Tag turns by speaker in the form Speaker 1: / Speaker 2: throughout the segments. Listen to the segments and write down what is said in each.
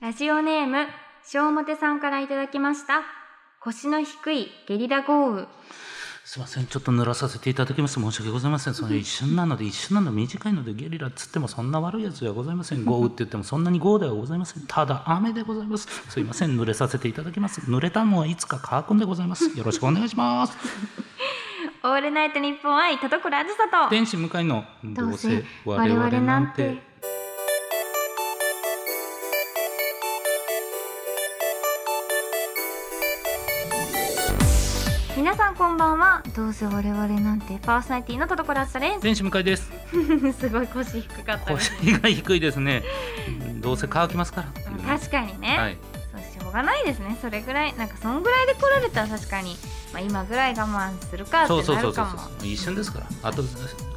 Speaker 1: ラジオネーム、小表さんからいただきました。腰の低いゲリラ豪雨。
Speaker 2: すいません、ちょっと濡らさせていただきます。申し訳ございません。その一瞬なので、一瞬なの短いので、ゲリラっつってもそんな悪いやつではございません。豪雨って言ってもそんなに豪雨ではございません。ただ、雨でございます。すいません、濡れさせていただきます。濡れたのはいつか乾くんでございます。よろしくお願いします。
Speaker 1: オールナイトニッポン愛、田所あずさと。
Speaker 2: 天使向かいの、
Speaker 1: どうせ我々なんて。皆さんこんばんはどうせ我々なんてパーソナリティの田所あさです
Speaker 2: 天使向井です
Speaker 1: すごい腰低かった
Speaker 2: 腰が低いですねどうせ乾きますから、
Speaker 1: ね、確かにね、はい、そうしょうがないですねそれぐらいなんかそんぐらいで来られたら確かにまあ今ぐらい我慢するかってなるかもそうそうそう
Speaker 2: そう一瞬ですから、あと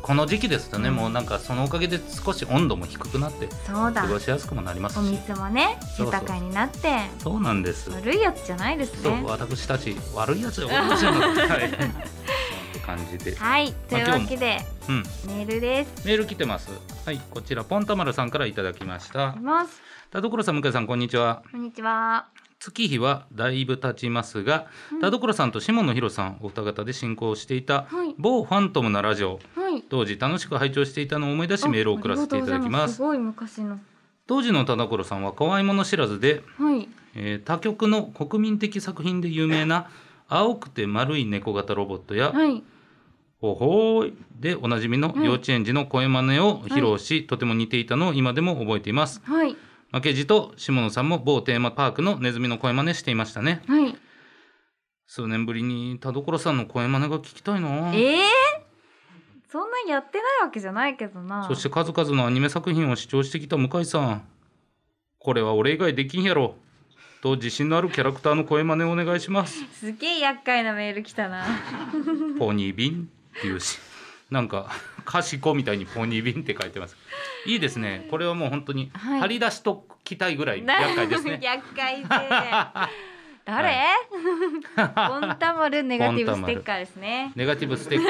Speaker 2: この時期ですとね、うん、もうなんかそのおかげで少し温度も低くなって
Speaker 1: そうだ
Speaker 2: 過ごしやすくもなりますし
Speaker 1: お水もね豊かになって
Speaker 2: そうなんです
Speaker 1: 悪いやつじゃないですね
Speaker 2: そう私たち悪いやつ よ私はい 感じで
Speaker 1: はいというわけで、まあ、うん、メールです
Speaker 2: メール来てますはいこちらポンタマルさんからいただきました田所さん向井さんこんにちは
Speaker 1: こんにちは
Speaker 2: 月日はだいぶ経ちますが、うん、田所さんと下野紘さんお二方で進行していた、はい、某ファントムなラジオ、はい、当時楽しく拝聴していたのを思い出しメールを送らせていただきます当時の田所さんは怖いもの知らずで、はい、えー、他局の国民的作品で有名な青くて丸い猫型ロボットや、ほほいでおなじみの幼稚園児の声真似を披露し、とても似ていたのを今でも覚えています、負けじと下野さんも某テーマパークのネズミの声真似していましたね、
Speaker 1: はい、
Speaker 2: 数年ぶりに田所さんの声真似が聞きたいな
Speaker 1: ええー、そんなやってないわけじゃないけどな
Speaker 2: そして数々のアニメ作品を視聴してきた向井さんこれは俺以外できんやろと自信のあるキャラクターの声真似お願いします
Speaker 1: すげえ厄介なメール来たな
Speaker 2: ポニービンっていうしなんかかしこみたいにポニービンって書いてます。いいですね。これはもう本当に張り出しときたいぐらい厄介ですね。
Speaker 1: 厄介で。誰？ はい、ポンタマルネガティブステッカーですね。
Speaker 2: ネガティブステッカ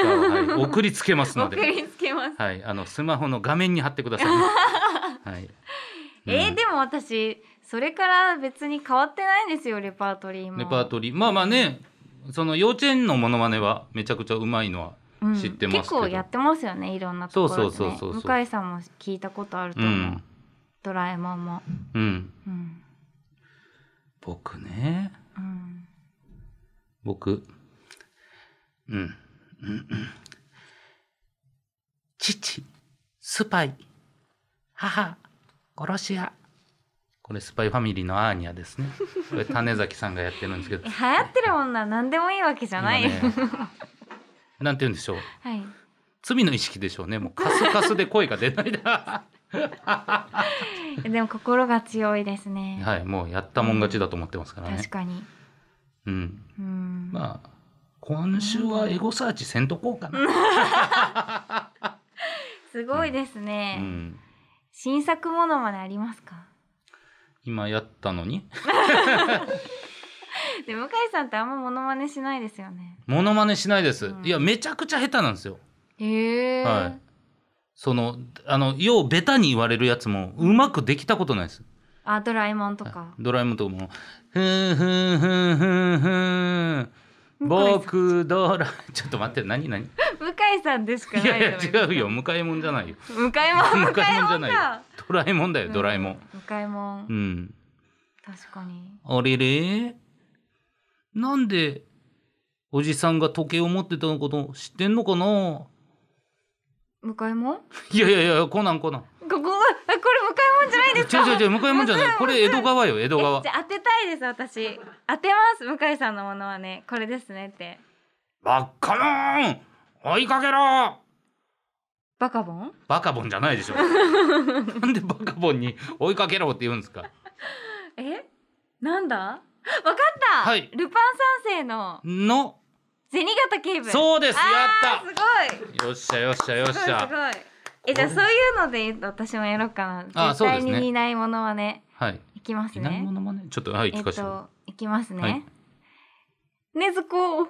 Speaker 2: ーを、はい、送りつけますので。
Speaker 1: 送りつけます。
Speaker 2: はい、あのスマホの画面に貼ってください、ね、はい。
Speaker 1: うん、えー、でも私それから別に変わってないんですよレパートリーも。
Speaker 2: レパートリーまあまあね、その幼稚園のモノマネはめちゃくちゃうまいのは。うん、知ってます
Speaker 1: 結構やってますよねいろんなところで、ね、向井さんも聞いたことあると思う、うん、ドラえもんも、
Speaker 2: うん、うん、僕ね、
Speaker 1: うん、
Speaker 2: 僕うんうんうん父スパイ母殺し屋これスパイファミリーのアーニャで すねこれ種崎さんがやってるんですけど
Speaker 1: 流行ってるもんな何でもいいわけじゃないよ、
Speaker 2: なんて言うんでしょう。
Speaker 1: はい、
Speaker 2: 罪の意識でしょうね。もうカスカスで声が出な い
Speaker 1: でも心が強いですね。
Speaker 2: はい、もうやったもん勝ちだと思ってますからね。
Speaker 1: 確かに。
Speaker 2: うん。
Speaker 1: うん、
Speaker 2: まあ今週はエゴサーチせんとこうか
Speaker 1: な。すごいですね。
Speaker 2: うん、
Speaker 1: 新作ものまでありますか。
Speaker 2: 今やったのに。
Speaker 1: で向井さんってあんまモノマネしないですよね。
Speaker 2: モノマネしないです。うん、いやめちゃくちゃ下手なんですよ。
Speaker 1: へえ。
Speaker 2: はい。そのあのようベタに言われるやつもうまくできたことないです。
Speaker 1: あドラえもんとか。
Speaker 2: ドラえもんとかもふんふんふんふんふん。僕ドラちょっと待って何何。向
Speaker 1: 井さんでしかない
Speaker 2: いやいや違うよ向井もんじゃないよ。
Speaker 1: 向井もん向
Speaker 2: 井もんじゃないよ。ドラえもんだよ、ドラえもん。
Speaker 1: 向井もん。
Speaker 2: うん。
Speaker 1: 確かに。
Speaker 2: あれれ。なんでおじさんが時計を持ってたのこと知ってんのかな
Speaker 1: 向井も
Speaker 2: いやいやいやコナンコナン
Speaker 1: こここれ向井もんじゃないですか
Speaker 2: 違う違う向井もんじゃないこれ江戸川よ江戸川
Speaker 1: じゃ当てたいです私当てます向井さんのものはねこれですねって
Speaker 2: バカモン追いかけろ
Speaker 1: バカボン
Speaker 2: バカボンじゃないで しょなんでバカボンに追いかけろって言うんですか
Speaker 1: えなんだわかった、
Speaker 2: はい、
Speaker 1: ルパン三世の
Speaker 2: の
Speaker 1: 銭形警部
Speaker 2: そうですや
Speaker 1: ったす
Speaker 2: ごいよっしゃよっしゃよっしゃ
Speaker 1: すごいえじゃあそういうので私もやろうかな絶対にいないものはね、
Speaker 2: ね、はい
Speaker 1: いきますね
Speaker 2: いないものはねちょっとはい
Speaker 1: えっ
Speaker 2: と
Speaker 1: いきますね、はい、ねずこ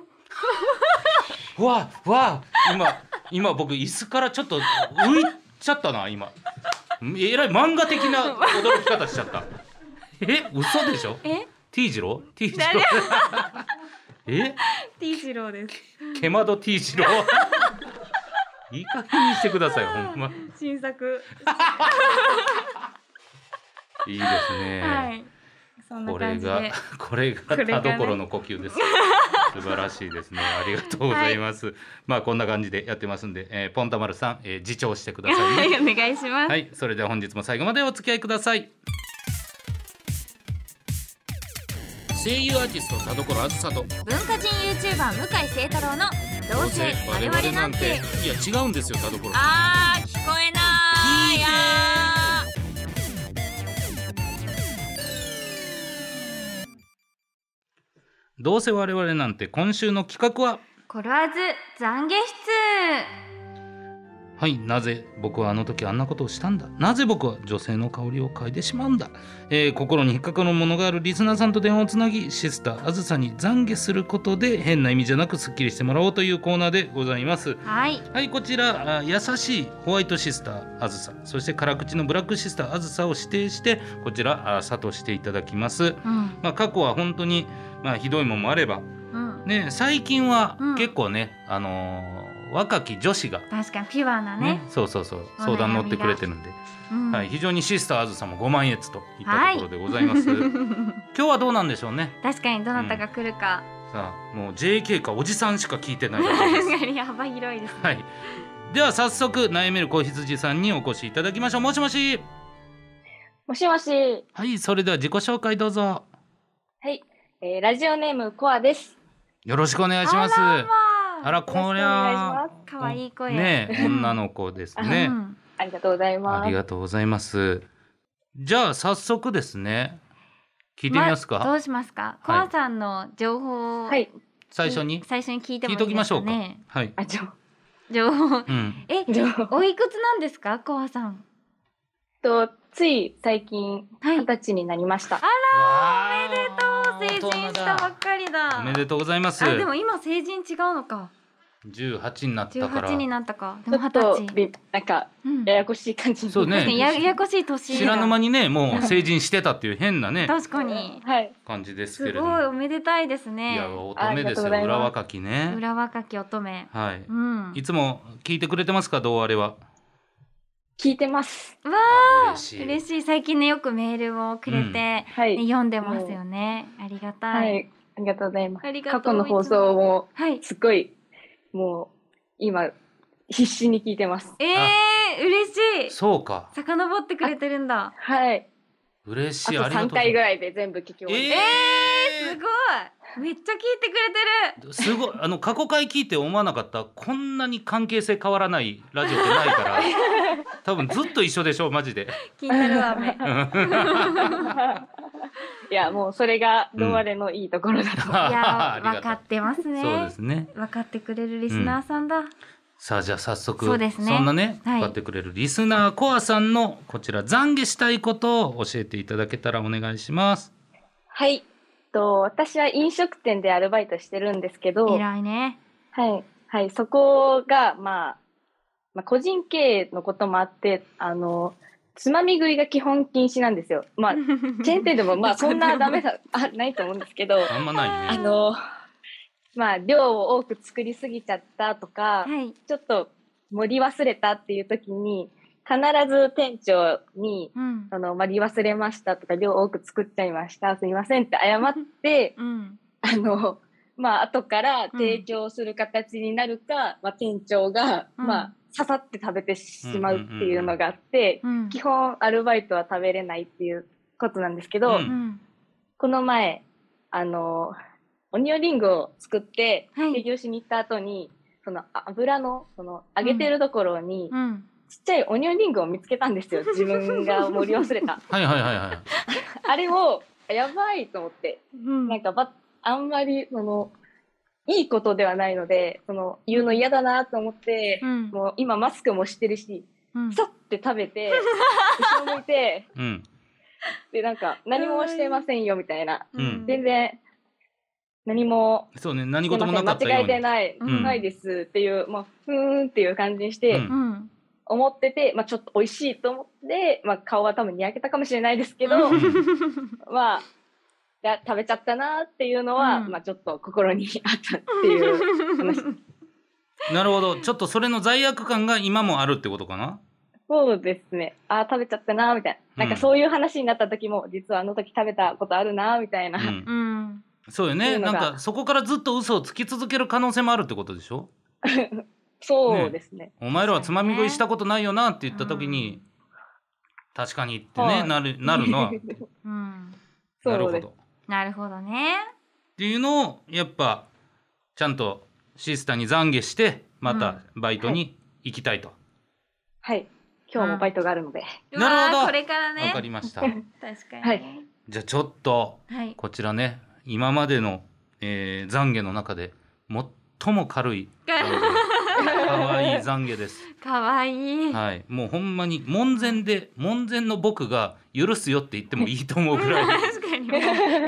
Speaker 2: わわ今今僕椅子からちょっと浮 いちゃったな今えらい漫画的な驚き方しちゃったえ嘘でしょ
Speaker 1: え
Speaker 2: T 次郎 T 次郎
Speaker 1: 誰
Speaker 2: え
Speaker 1: T 次郎です
Speaker 2: ケマド T 次郎 いい加減にしてくださいほんま
Speaker 1: 新作
Speaker 2: いいですね、
Speaker 1: はいそんな
Speaker 2: これ
Speaker 1: 感じで
Speaker 2: がこれが
Speaker 1: これが
Speaker 2: 田
Speaker 1: ね
Speaker 2: 所の呼吸です、素晴らしいですねありがとうございます、まあこんな感じでやってますんで、えー、ポンタマルさん、えー、自重してくださいね
Speaker 1: はい お願いします、
Speaker 2: はい、それでは本日も最後までお付き合いください。声優アーティスト田所あずさと
Speaker 1: 文化人 YouTuber 向井聖太郎のどうせ我々なんて
Speaker 2: いや違うんですよ田所
Speaker 1: あー聞こえないや
Speaker 2: どうせ我々なんて今週の企画は
Speaker 1: ーコロワーズ懺悔室
Speaker 2: はいなぜ僕はあの時あんなことをしたんだなぜ僕は女性の香りを嗅いでしまうんだ、えー心に引っかかるものがあるリスナーさんと電話をつなぎシスターあずさに懺悔することで変な意味じゃなくスッキリしてもらおうというコーナーでございます
Speaker 1: はい
Speaker 2: はいこちらあ優しいホワイトシスターあずさそして辛口のブラックシスターあずさを指定してこちらあさとしていただきます、
Speaker 1: うん
Speaker 2: まあ、過去は本当に、まあ、ひどいもんもあれば、
Speaker 1: うん
Speaker 2: ね、最近は
Speaker 1: うん
Speaker 2: 結構ね、あのー若き女子が、
Speaker 1: 確かにピュアなね
Speaker 2: そうそうそう
Speaker 1: お悩みが
Speaker 2: 相談乗ってくれてるんで、
Speaker 1: うん
Speaker 2: はい、非常にシスターあずさもご満悦といったところでございます、今日はどうなんでしょうね
Speaker 1: 確かにどなたが来るか、
Speaker 2: さあもう JK かおじさんしか聞いてないわけ です
Speaker 1: 確かに幅広いですね
Speaker 2: はいでは早速悩める子羊さんにお越しいただきましょうもしもし
Speaker 3: もしもし、え
Speaker 2: はい、それでは自己紹介どうぞ。
Speaker 3: ーラジオネームコアです。
Speaker 2: よろしくお願いします。
Speaker 1: あ
Speaker 2: あ
Speaker 1: ら,、まあ、
Speaker 2: ら、こりゃ
Speaker 3: よろしくお願いします。
Speaker 1: 可愛い声
Speaker 2: ねえ、
Speaker 1: うん
Speaker 2: 女の子です
Speaker 1: う
Speaker 2: ね。
Speaker 1: ん
Speaker 3: ありがとうございま
Speaker 2: あ
Speaker 3: す。
Speaker 2: りがとうございます。じゃあ早速ですね。聞いてみますか。
Speaker 1: どうしますか、コアさんの情報を
Speaker 3: はい。
Speaker 2: 最初に
Speaker 1: 最初に聞いてもい
Speaker 2: 聞い
Speaker 1: いです
Speaker 2: と
Speaker 1: か、ね、
Speaker 2: きましょうか。はい。
Speaker 3: あ、ちょ、
Speaker 1: 情報
Speaker 2: うん。
Speaker 1: え
Speaker 3: ちょ、
Speaker 1: おいくつなんですかコアさん
Speaker 3: と、つい最近、
Speaker 1: はい
Speaker 3: 二十歳になりました。
Speaker 2: あ
Speaker 1: お成人したばっかりだ
Speaker 2: おめでとうございます
Speaker 1: あ。でも今成人違うのか
Speaker 2: 十八になったから
Speaker 1: 18。になったかで
Speaker 3: ち
Speaker 1: も
Speaker 3: ょっ
Speaker 1: 二
Speaker 3: と
Speaker 1: 十歳、
Speaker 3: び、なんか、
Speaker 1: うん、
Speaker 3: ややこしい感じに。
Speaker 2: そうね
Speaker 1: 確かにやややこしい年だ
Speaker 2: 知らぬ間にね、もう成人してたっていう変な ね、
Speaker 1: 確かに
Speaker 3: はい。
Speaker 2: 感じですけ
Speaker 1: す
Speaker 2: れど
Speaker 1: ごい
Speaker 2: も。
Speaker 1: おめでたいです
Speaker 2: い
Speaker 1: ね
Speaker 2: や、乙女ですよ。
Speaker 3: ありがとうございます
Speaker 2: 裏若きね。
Speaker 1: 裏若き乙女
Speaker 2: はい。
Speaker 1: うん
Speaker 2: いつも聞いてくれてますか、どうあれは。
Speaker 3: 聞いてます。
Speaker 1: わあ
Speaker 2: あ嬉しい
Speaker 1: 嬉しい最近ねよくメールをくれて、
Speaker 2: うん
Speaker 1: ね
Speaker 3: はい。
Speaker 1: 読んでますよねありがた、
Speaker 3: はいい。ありがとうございます
Speaker 1: あり。がとう
Speaker 3: 過去の放送も、
Speaker 1: はい
Speaker 3: すっごい、もう、今、必死に聞いてます。
Speaker 1: えー、嬉しい
Speaker 2: そうか。
Speaker 1: 遡ってくれてるんだ
Speaker 3: はい。
Speaker 2: 嬉し
Speaker 3: あ
Speaker 2: い。
Speaker 3: と
Speaker 2: ありがと
Speaker 3: 三
Speaker 2: うござ
Speaker 3: 回
Speaker 2: い
Speaker 3: ぐ
Speaker 2: ます。
Speaker 3: らいで全部聞き終わり。
Speaker 1: す
Speaker 2: え
Speaker 1: ごいめっちゃ聞いてくれてる
Speaker 2: ー、すごい。あの過去回聞いて思わなかった。こんなに関係性変わらないラジオってないから。多分ずっと一緒でしょう。マジで。
Speaker 1: 聞いてる わめ
Speaker 3: いや、もう、それが、どうあれのいいところだ と。
Speaker 1: いや分かってます
Speaker 2: た
Speaker 1: ね
Speaker 2: そうですね。
Speaker 1: 分かってくれるリスナーさんだ、
Speaker 2: さあじゃあ早速
Speaker 1: そうですね
Speaker 2: んなね
Speaker 1: はい
Speaker 2: 分かってくれるリスナーコアさんのこちら懺悔したいことを教えていただけたらお願いします。
Speaker 3: はい。と私は飲食店でアルバイトしてるんですけど、はい、
Speaker 1: 偉いね
Speaker 3: はい、そこが、まあ、まあ、個人経営のこともあって、あの、つまみ食いが基本禁止なんですよ。まあ、チェーン店でも、まあ、そんなダメだ、あ、ないと思うんですけど、
Speaker 2: あんまない
Speaker 3: あ
Speaker 2: ね。
Speaker 3: の、まあ、量を多く作りすぎちゃったとか、
Speaker 1: はい
Speaker 3: ちょっと盛り忘れたっていう時に、必ず店長に、
Speaker 1: うん
Speaker 3: あの、盛り忘れましたとか、量多く作っちゃいました、すいませんって謝って、
Speaker 1: うん
Speaker 3: あの、まあ、後から提供する形になるか、まあ、店長が、
Speaker 1: うん
Speaker 3: まあ、ささって食べてしまうっていうのがあって、
Speaker 1: うん
Speaker 3: 基本アルバイトは食べれないっていうことなんですけど、
Speaker 2: うん
Speaker 3: この前、あの、オニオンリングを作って、
Speaker 1: はい
Speaker 3: 提供しに行った後に、その油の、その揚げてるところに、
Speaker 1: うん
Speaker 3: ちっちゃいオニオンリングを見つけたんですよ。自分が盛り忘 れた。
Speaker 2: はいはいはいはい。
Speaker 3: あれを、やばいと思って、
Speaker 1: うん
Speaker 3: なんかば、あんまり、その、いいことではないので、その、言うの嫌だなと思って、
Speaker 1: うん
Speaker 3: もう今マスクもしてるし、
Speaker 1: うん
Speaker 3: さって食べて、後ろ向いて、
Speaker 2: うん。
Speaker 3: で、なんか、何もしてませんよ、みたいな。
Speaker 2: うん
Speaker 3: 全然、何も、
Speaker 2: そうね何事もなかったよう
Speaker 3: 間違え
Speaker 2: に
Speaker 3: て。ない、
Speaker 1: うん
Speaker 3: ないですっていう、まあ、ふーんっていう感じにして、
Speaker 2: うん
Speaker 1: うん
Speaker 3: 思ってて、まあ、ちょっと美味しいと思って、まあ、顔は多分にやけたかもしれないです けど、
Speaker 2: うん
Speaker 3: まあいや食べちゃったなっていうのは、
Speaker 1: うん
Speaker 3: まあ、ちょっと心にあったって いう話
Speaker 2: なるほどちょっとそれの罪悪感が今もあるってことかな
Speaker 3: そうですねあー食べちゃったなみたいななん
Speaker 2: うん
Speaker 3: かそういう話になった時も、実はあの時食べたことあるなみたいな、
Speaker 2: うん
Speaker 1: うん
Speaker 2: そうよ
Speaker 3: ってい
Speaker 2: ね
Speaker 3: う
Speaker 2: なん
Speaker 3: のが
Speaker 2: かそこからずっと嘘をつき続ける可能性もあるってことでしょ
Speaker 3: そうですね
Speaker 2: お前らはつまみ食いしたことないよなって言った時に、
Speaker 1: うん
Speaker 2: 確かにってね、
Speaker 3: はい
Speaker 2: なるなるの は
Speaker 1: うん
Speaker 2: なる
Speaker 3: そう
Speaker 2: ほ
Speaker 3: です
Speaker 2: ど。っ
Speaker 1: なるほどね
Speaker 2: ていうのをやっぱちゃんとシスターに懺悔してまたバイトに行きたいと。
Speaker 3: はい今日もバイトがあるので、
Speaker 2: なるほど
Speaker 1: うわーこれから
Speaker 2: わ、
Speaker 1: ね
Speaker 2: かりました。
Speaker 1: 確かに
Speaker 3: は
Speaker 1: ね
Speaker 3: い
Speaker 2: じゃあちょっと
Speaker 1: はい
Speaker 2: こちらね今までの、えー、懺悔の中で最も軽い懺悔です可愛い懺悔です。
Speaker 1: かわいい
Speaker 2: はい、もうほんまに門前で門前の僕が許すよって言ってもいいと思うぐらい。
Speaker 1: 確かにもう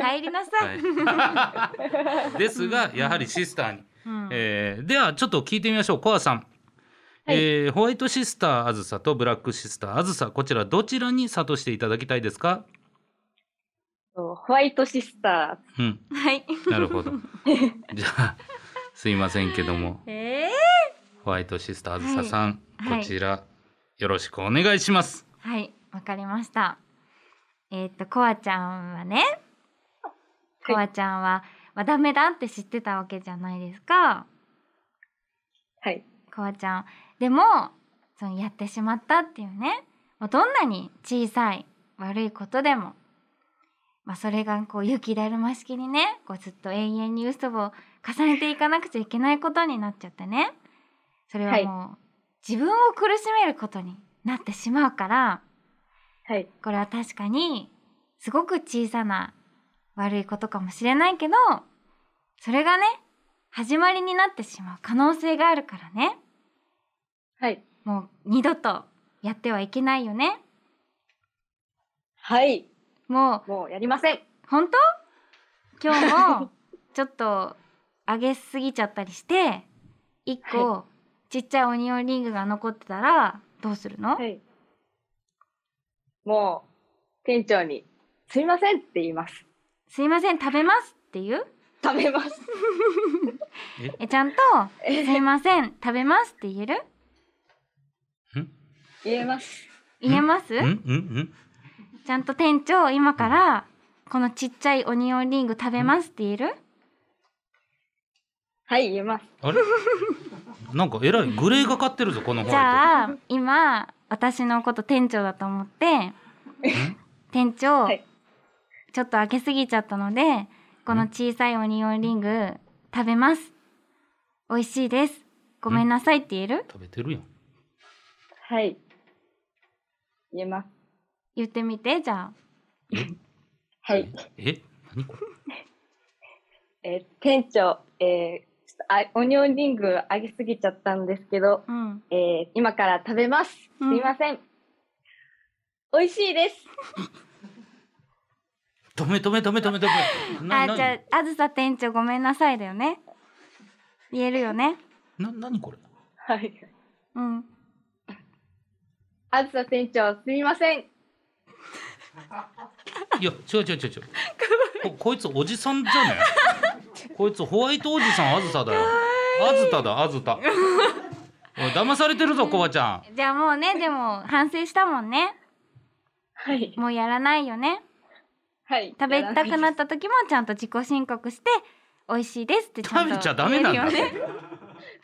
Speaker 1: 帰りなさい、
Speaker 2: はい、ですがやはりシスターに、
Speaker 1: うん
Speaker 2: えーではちょっと聞いてみましょうコアさん、
Speaker 3: はい
Speaker 2: えーホワイトシスターあずさとブラックシスターあずさこちらどちらに諭していただきたいですか
Speaker 3: そうホワイトシスタ
Speaker 2: うん
Speaker 1: はい
Speaker 2: なる ほどじゃあすいませんけども
Speaker 1: えー、
Speaker 2: ホワイトシスターあずささ
Speaker 1: は
Speaker 2: ん、
Speaker 1: いはい
Speaker 2: こちらよろしくお願いします
Speaker 1: はいわかりましたえーっとコアちゃんはね
Speaker 3: はい
Speaker 1: コアちゃんは、まあ、ダメだって知ってたわけじゃないですか
Speaker 3: ーはい
Speaker 1: コアちゃんでもそのやってしまったっていうねもうどんなに小さい悪いことでも、まあ、それがこう雪だるま式にねこうずっと永遠に嘘を重ねていかなくちゃいけないことになっちゃってねそれはもう、自分を苦しめることになってしまうから
Speaker 3: はい
Speaker 1: これは確かにすごく小さな悪いことかもしれないけどそれがね始まりになってしまう可能性があるからね。
Speaker 3: はい
Speaker 1: もう二度とやってはいけないよね。
Speaker 3: はい
Speaker 1: もう
Speaker 3: もうやりません
Speaker 1: 本当今日もちょっと上げすぎちゃったりして一個、ちっちゃいオニオンリングが残ってたらどうするの、
Speaker 3: はいもう店長に「すいません」って言います
Speaker 1: すいません食べますっていう
Speaker 3: 食べます
Speaker 1: えちゃんとすいません食べますって言える
Speaker 3: 言えます
Speaker 1: 言えます
Speaker 2: うんうん
Speaker 1: ちゃんと店長今からこのちっちゃいオニオンリング食べますって言える
Speaker 3: はい言えます
Speaker 2: うんあれなんかえらいグレーがかってるぞこのホワイト
Speaker 1: じゃあ今私のこと店長だと思って店長、
Speaker 3: はい
Speaker 1: ちょっと開けすぎちゃったのでこの小さいオニオンリング食べます美味しいですごめんなさいって言える
Speaker 2: 食べてるやん
Speaker 3: はい言えます
Speaker 1: 言ってみてじゃあ
Speaker 3: はい
Speaker 2: え何これ
Speaker 3: えー店長、えーちょっとあオニオンリングあげすぎちゃったんですけど、
Speaker 1: うん
Speaker 3: えー今から食べます。す
Speaker 1: うん
Speaker 3: いません。美味しいです。
Speaker 2: 止め止め止め止め止めな
Speaker 1: あじゃああずさ店長ごめんなさいだよね言えるよね
Speaker 2: な何これ
Speaker 3: はい。
Speaker 1: うん
Speaker 3: あずさ店長、すみません。
Speaker 2: いや違う違う違う違うここいつおじさんじゃ ねこいつホワイトおじさんあずさだよあずただあずたおい騙されてるぞコバちゃ
Speaker 1: じゃあもうねでも反省したもんね
Speaker 3: はい。
Speaker 1: もうやらないよね
Speaker 3: はい。
Speaker 1: 食べたくな
Speaker 3: っ
Speaker 1: った時もちゃんと自己申告して美味しいですってちゃん
Speaker 2: ん食べ
Speaker 1: と
Speaker 2: ちゃダメなんだ、
Speaker 1: 言えるよね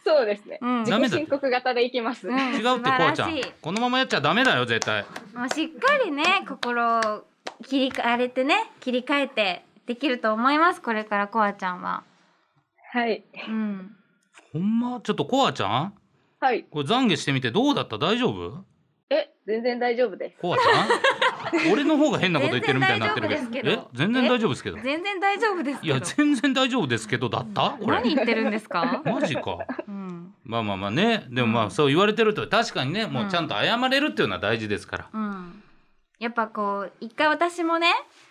Speaker 3: そうですね。
Speaker 1: うん
Speaker 3: 自己申告型でいきます。
Speaker 1: うん
Speaker 2: 違うってコバちゃん
Speaker 1: 素晴らしい
Speaker 2: このままやっちゃダメだよ絶対
Speaker 1: もうしっかりね心を切り替えれてね切り替えてできると思いますこれからコアちゃんは
Speaker 3: はい。
Speaker 1: うん
Speaker 2: ほんまちょっとコバちゃん
Speaker 3: はい。
Speaker 2: これ懺悔してみてどうだった大丈夫
Speaker 3: え、全然大丈夫です。
Speaker 2: コバちゃ ん俺の方が変なこと言ってるみたいになってるけど
Speaker 1: 全然大丈夫ですけど
Speaker 2: え全然大丈夫です
Speaker 1: 全然大丈夫です
Speaker 2: けどい
Speaker 1: けど
Speaker 2: や全然大丈夫ですけどだったこれ
Speaker 1: 何言ってるんですか
Speaker 2: マジ か
Speaker 1: うん
Speaker 2: まあまあまあねでもま
Speaker 1: う
Speaker 2: あ
Speaker 1: ん
Speaker 2: そう言われてると確かにねもううんちゃんと謝れるっていうのは大事ですから、
Speaker 1: うんやっぱこう一回私もね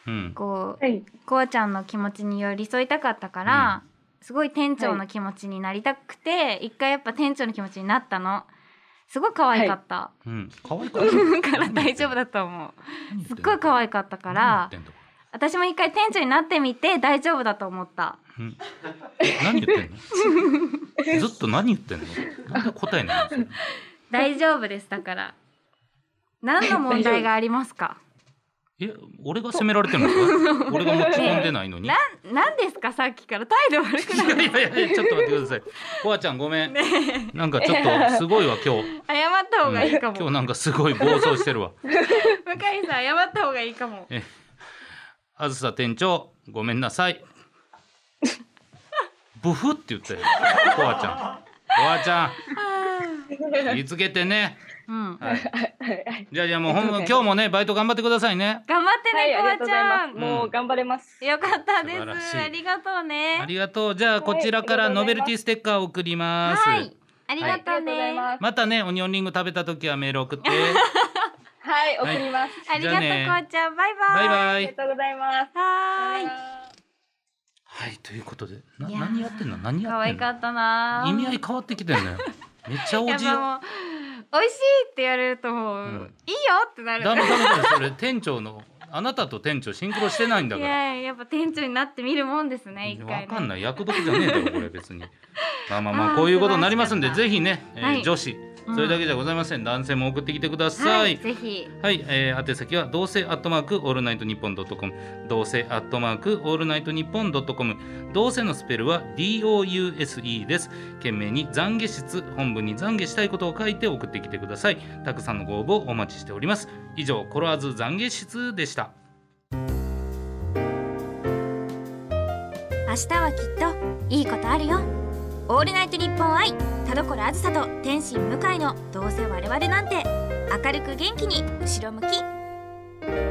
Speaker 2: うん、
Speaker 1: こう
Speaker 3: はい。
Speaker 1: コアちゃんの気持ちに寄り添いたかったから、すごい店長の気持ちになりたくて、一回やっぱ店長の気持ちになったのすごい可愛かった、
Speaker 2: うん、可愛かった
Speaker 1: から 大丈夫だと思うすっごい可
Speaker 2: い
Speaker 1: 愛かったから私も一回店長になってみて大丈夫だと思った
Speaker 2: うん何言ってんのずっと何言ってんのなんで答えないの
Speaker 1: 大丈夫ですだから 何の問題がありますか
Speaker 2: え俺が責められてるのか俺が持ち込んでないのにい
Speaker 1: な
Speaker 2: や
Speaker 1: 何ですかさっきから態度悪 くない
Speaker 2: いやいやちょっと待ってくださいコアちゃんごめん
Speaker 1: ね
Speaker 2: なんかちょっとすごいわ今日
Speaker 1: 謝った方がいいか
Speaker 2: うん
Speaker 1: も、
Speaker 2: 今日なんかすごい暴走してるわ
Speaker 1: 向井さん謝った方がいいかも
Speaker 2: あずさ店長ごめんなさいブフって言ったよコアちゃんコアちゃん見つけてね、
Speaker 1: うん
Speaker 2: はい、
Speaker 3: はいはい
Speaker 2: じゃあじゃあもうほん今日もねバイト頑張ってくださいね
Speaker 1: 頑張って
Speaker 3: はい、
Speaker 1: ね、
Speaker 3: ありが
Speaker 1: こわち
Speaker 3: とうござい
Speaker 1: ゃ
Speaker 3: ます。
Speaker 1: ん。
Speaker 3: もう頑張れます。
Speaker 1: よかったで
Speaker 2: 素晴らし
Speaker 1: す。
Speaker 2: い
Speaker 1: ありがとう
Speaker 2: あ
Speaker 1: ね。
Speaker 2: りがとうじゃあこちらからノベルティステッカーを送ります、
Speaker 1: はい、ありが
Speaker 3: あ
Speaker 1: とう
Speaker 3: りがとうござい
Speaker 1: ね。
Speaker 3: ます。
Speaker 2: またねオニオンリング食べた時はメール 送って
Speaker 3: はい、
Speaker 2: はい
Speaker 3: 送ります。
Speaker 1: ありがとう
Speaker 2: じゃあね
Speaker 1: こわちゃん、バイ
Speaker 2: バ
Speaker 1: バイ。
Speaker 2: イ
Speaker 3: あ
Speaker 2: バ
Speaker 3: り
Speaker 2: イ
Speaker 3: がとうございます。
Speaker 1: はーい。
Speaker 2: はいということでない
Speaker 1: やー
Speaker 2: 何やってんの何
Speaker 1: 可
Speaker 2: やって
Speaker 1: 愛
Speaker 2: ん
Speaker 1: か
Speaker 2: の
Speaker 1: ったな。
Speaker 2: 意味合い変わってきてんだよめっちゃお
Speaker 1: やっ
Speaker 2: じよ
Speaker 1: ぱもう美味しいって言われるともう、
Speaker 2: ん
Speaker 1: いいよってなる。
Speaker 2: ダメダメだよそれ店長のあなたと店長シンクロしてないんだ
Speaker 1: い
Speaker 2: から
Speaker 1: やいややっぱ店長になってみるもんですね一回
Speaker 2: わ
Speaker 1: ね
Speaker 2: かんない薬物じゃねえだろこれ 別にまあまあま
Speaker 1: あ
Speaker 2: あ
Speaker 1: ー
Speaker 2: こういうことになりますんで
Speaker 1: 素晴
Speaker 2: ぜひね、えー
Speaker 1: はい
Speaker 2: 女子
Speaker 1: うん
Speaker 2: それだけじゃございません、男性も送ってきてくださ
Speaker 1: はいい、ぜひ
Speaker 2: はい、えー、宛先はどうせアットマークオールナイトニッポンドットコムどうせアットマークオールナイトニッポンドットコムどうせのスペルは DOUSE です懸命に懺悔室本文に懺悔したいことを書いて送ってきてくださいたくさんのご応募お待ちしております以上コロワーズ懺悔室でした
Speaker 4: 明日はきっといいことあるよオールナイト日本愛田所あずさと天心向井のどうせ我々なんて明るく元気に後ろ向き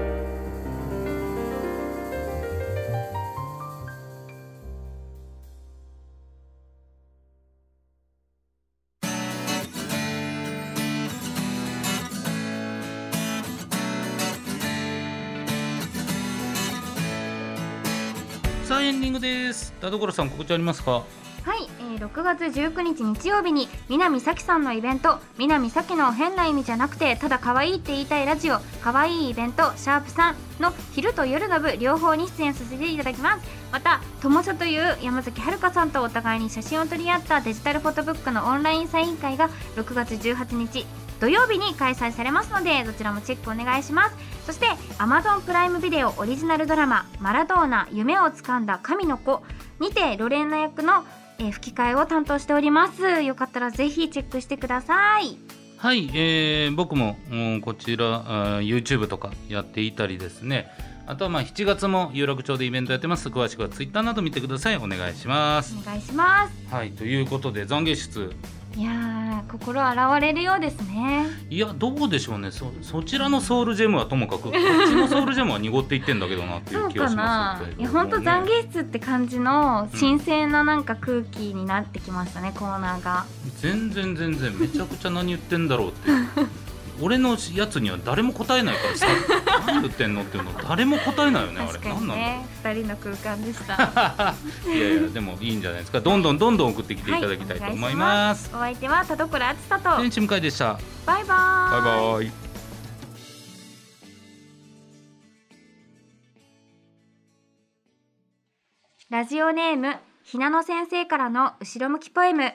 Speaker 2: さあエンディングです田所さん告知ありますか
Speaker 1: はい、えー6月19日日曜日に南咲さんのイベント「南咲の変な意味じゃなくてただ可愛いって言いたいラジオ可愛いイベントシャープさん」の昼と夜の部両方に出演させていただきますまた「ともさ」という山崎遥さんとお互いに写真を撮り合ったデジタルフォトブックのオンラインサイン会が6月18日土曜日に開催されますのでどちらもチェックお願いしますそして Amazon プライムビデオオリジナルドラマ「マラドーナ夢をつかんだ神の子」にてロレンナ役のえー吹き替えを担当しておりますよかったらぜひチェックしてください
Speaker 2: はい、えー僕もうんこちらあー YouTube とかやっていたりですねあとはまあ7月も有楽町でイベントやってます詳しくは Twitter など見てくださいお願いします
Speaker 1: お願いします
Speaker 2: はいということで懺悔室
Speaker 1: いやー心洗われるようですね
Speaker 2: いやどうでしょうねそそちらのソウルジェムはともかくこっちのソウルジェムは濁っていってんだけどなってい
Speaker 1: そうう
Speaker 2: 気が
Speaker 1: か
Speaker 2: しま
Speaker 1: な
Speaker 2: すけれどもね
Speaker 1: いや本当懺悔室って感じの神聖ななんか空気になってきましたね、コーナーが
Speaker 2: 全然全然めちゃくちゃ何言ってんだろうって 俺のやつには誰も答えないからさ何言ってんのっていうの誰も答えないよねあれ
Speaker 1: 確か
Speaker 2: 何
Speaker 1: に
Speaker 2: なんだろう
Speaker 1: ね二人の空間でした
Speaker 2: いやいやでもいいんじゃないですかどんどんどんどん送ってきていただきたいと思います、
Speaker 1: お相手は田所あつ さとバイ
Speaker 2: 天使向井でした
Speaker 1: バーイ
Speaker 2: バイバイ
Speaker 1: ラジオネームひなの先生からの後ろ向きポエム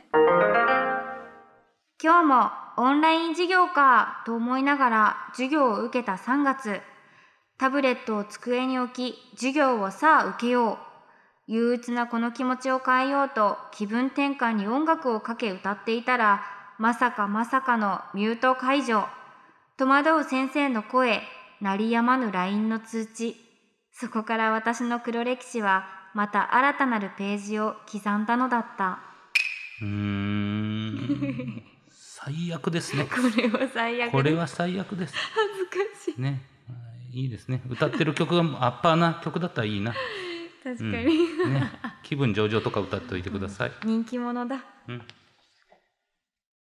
Speaker 1: 今日もオンライン授業かと思いながら授業を受けた3月タブレットを机に置き授業をさあ受けよう憂鬱なこの気持ちを変えようと気分転換に音楽をかけ歌っていたらまさかまさかのミュート解除戸惑う先生の声鳴りやまぬ LINE の通知そこから私の黒歴史はまた新たなるページを刻んだのだった
Speaker 2: うーん最悪ですね
Speaker 1: これは 最悪
Speaker 2: これは最悪です
Speaker 1: 恥ずかしい
Speaker 2: ねいいですね歌ってる曲がアッパーな曲だったらいいな、
Speaker 1: 確
Speaker 2: う
Speaker 1: か
Speaker 2: ん
Speaker 1: に、
Speaker 2: ね、気分上々とか歌っておいてください、
Speaker 1: 人気者だ
Speaker 2: うん